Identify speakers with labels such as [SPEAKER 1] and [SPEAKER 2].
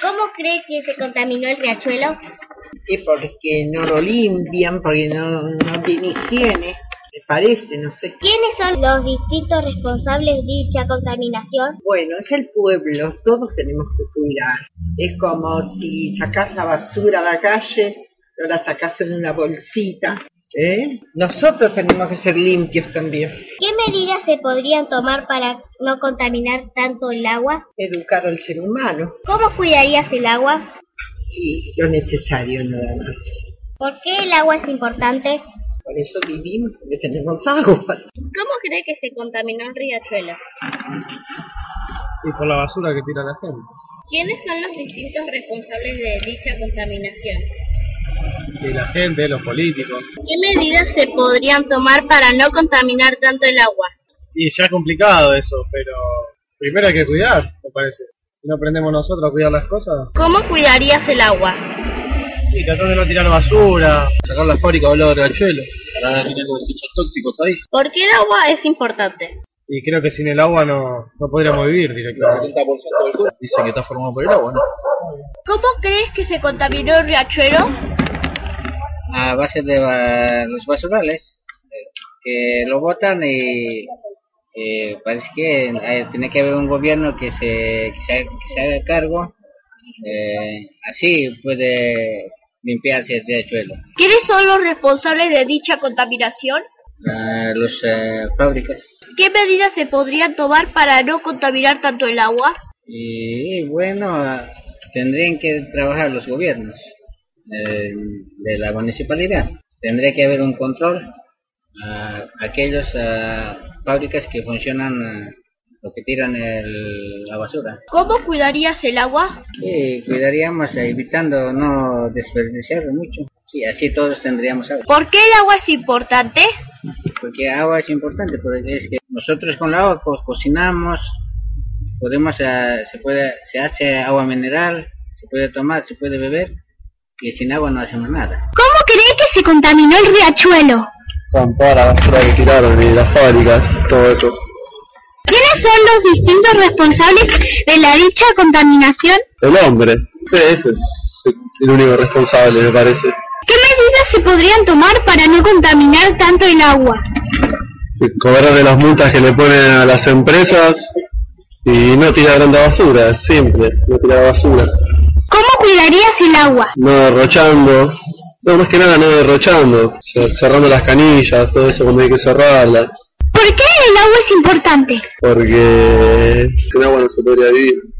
[SPEAKER 1] ¿Cómo cree que se contaminó el riachuelo?
[SPEAKER 2] Y porque no lo limpian, porque no, no tiene higiene, me parece, no sé.
[SPEAKER 1] ¿Quiénes son los distintos responsables de dicha contaminación?
[SPEAKER 2] Bueno, es el pueblo, todos tenemos que cuidar. Es como si sacas la basura a la calle, no la sacas en una bolsita. ¿eh? Nosotros tenemos que ser limpios también.
[SPEAKER 1] ¿Qué medidas se podrían tomar para no contaminar tanto el agua?
[SPEAKER 2] Educar al ser humano
[SPEAKER 1] ¿Cómo cuidarías el agua?
[SPEAKER 2] y lo necesario nada más.
[SPEAKER 1] ¿Por qué el agua es importante?
[SPEAKER 2] Por eso vivimos, porque tenemos agua.
[SPEAKER 1] ¿Cómo cree que se contaminó el riachuelo?
[SPEAKER 3] y por la basura que tira la gente.
[SPEAKER 1] ¿Quiénes son los distintos responsables de dicha contaminación?
[SPEAKER 3] Y la gente, los políticos.
[SPEAKER 1] ¿Qué medidas se podrían tomar para no contaminar tanto el agua?
[SPEAKER 3] Y ya es complicado eso, pero primero hay que cuidar, me parece. Si no aprendemos nosotros a cuidar las cosas,
[SPEAKER 1] ¿Cómo cuidarías el agua?
[SPEAKER 3] y tratar de no tirar basura, sacar la fábrica de olor al suelo, para tener desechos tóxicos ahí.
[SPEAKER 1] ¿Por qué el agua es importante?
[SPEAKER 3] Y creo que sin el agua no, no podríamos vivir directamente. Dicen que está formado por el agua, ¿no?
[SPEAKER 1] ¿Cómo crees que se contaminó el riachuelo?
[SPEAKER 4] a base de ba- los basurales eh, que lo botan y eh, parece que eh, tiene que haber un gobierno que se, que se, haga- que se haga cargo eh, así puede limpiarse el riachuelo
[SPEAKER 1] ¿Quiénes son los responsables de dicha contaminación?
[SPEAKER 4] Ah, los eh, fábricas
[SPEAKER 1] ¿Qué medidas se podrían tomar para no contaminar tanto el agua?
[SPEAKER 4] y bueno ah, tendrían que trabajar los gobiernos eh, de la municipalidad tendría que haber un control a aquellas fábricas que funcionan ah, lo que tiran el- la basura
[SPEAKER 1] ¿Cómo cuidarías el agua?
[SPEAKER 4] y cuidaríamos eh, evitando no desperdiciar mucho sí así todos tendríamos agua
[SPEAKER 1] ¿Por qué el agua es importante?
[SPEAKER 4] porque agua es importante porque es que nosotros con la agua co- cocinamos podemos eh, se puede se hace agua mineral se puede tomar se puede beber y sin agua no hacemos nada
[SPEAKER 1] ¿Cómo cree que se contaminó el riachuelo?
[SPEAKER 5] con toda la basura que tiraron y las fábricas, todo eso.
[SPEAKER 1] ¿Quiénes son los distintos responsables de la dicha contaminación?
[SPEAKER 5] El hombre, sí, ese es el único responsable, me parece.
[SPEAKER 1] ¿Qué medidas se podrían tomar para no contaminar tanto el agua?
[SPEAKER 5] Cobrar de las multas que le ponen a las empresas y no tirar tanta basura, siempre, no tirar basura.
[SPEAKER 1] ¿Cómo cuidarías el agua?
[SPEAKER 5] No derrochando, no, más que nada no derrochando, o sea, cerrando las canillas, todo eso cuando hay que cerrarlas,
[SPEAKER 1] ¿Por qué el agua es importante?
[SPEAKER 5] porque sin agua no se podría vivir.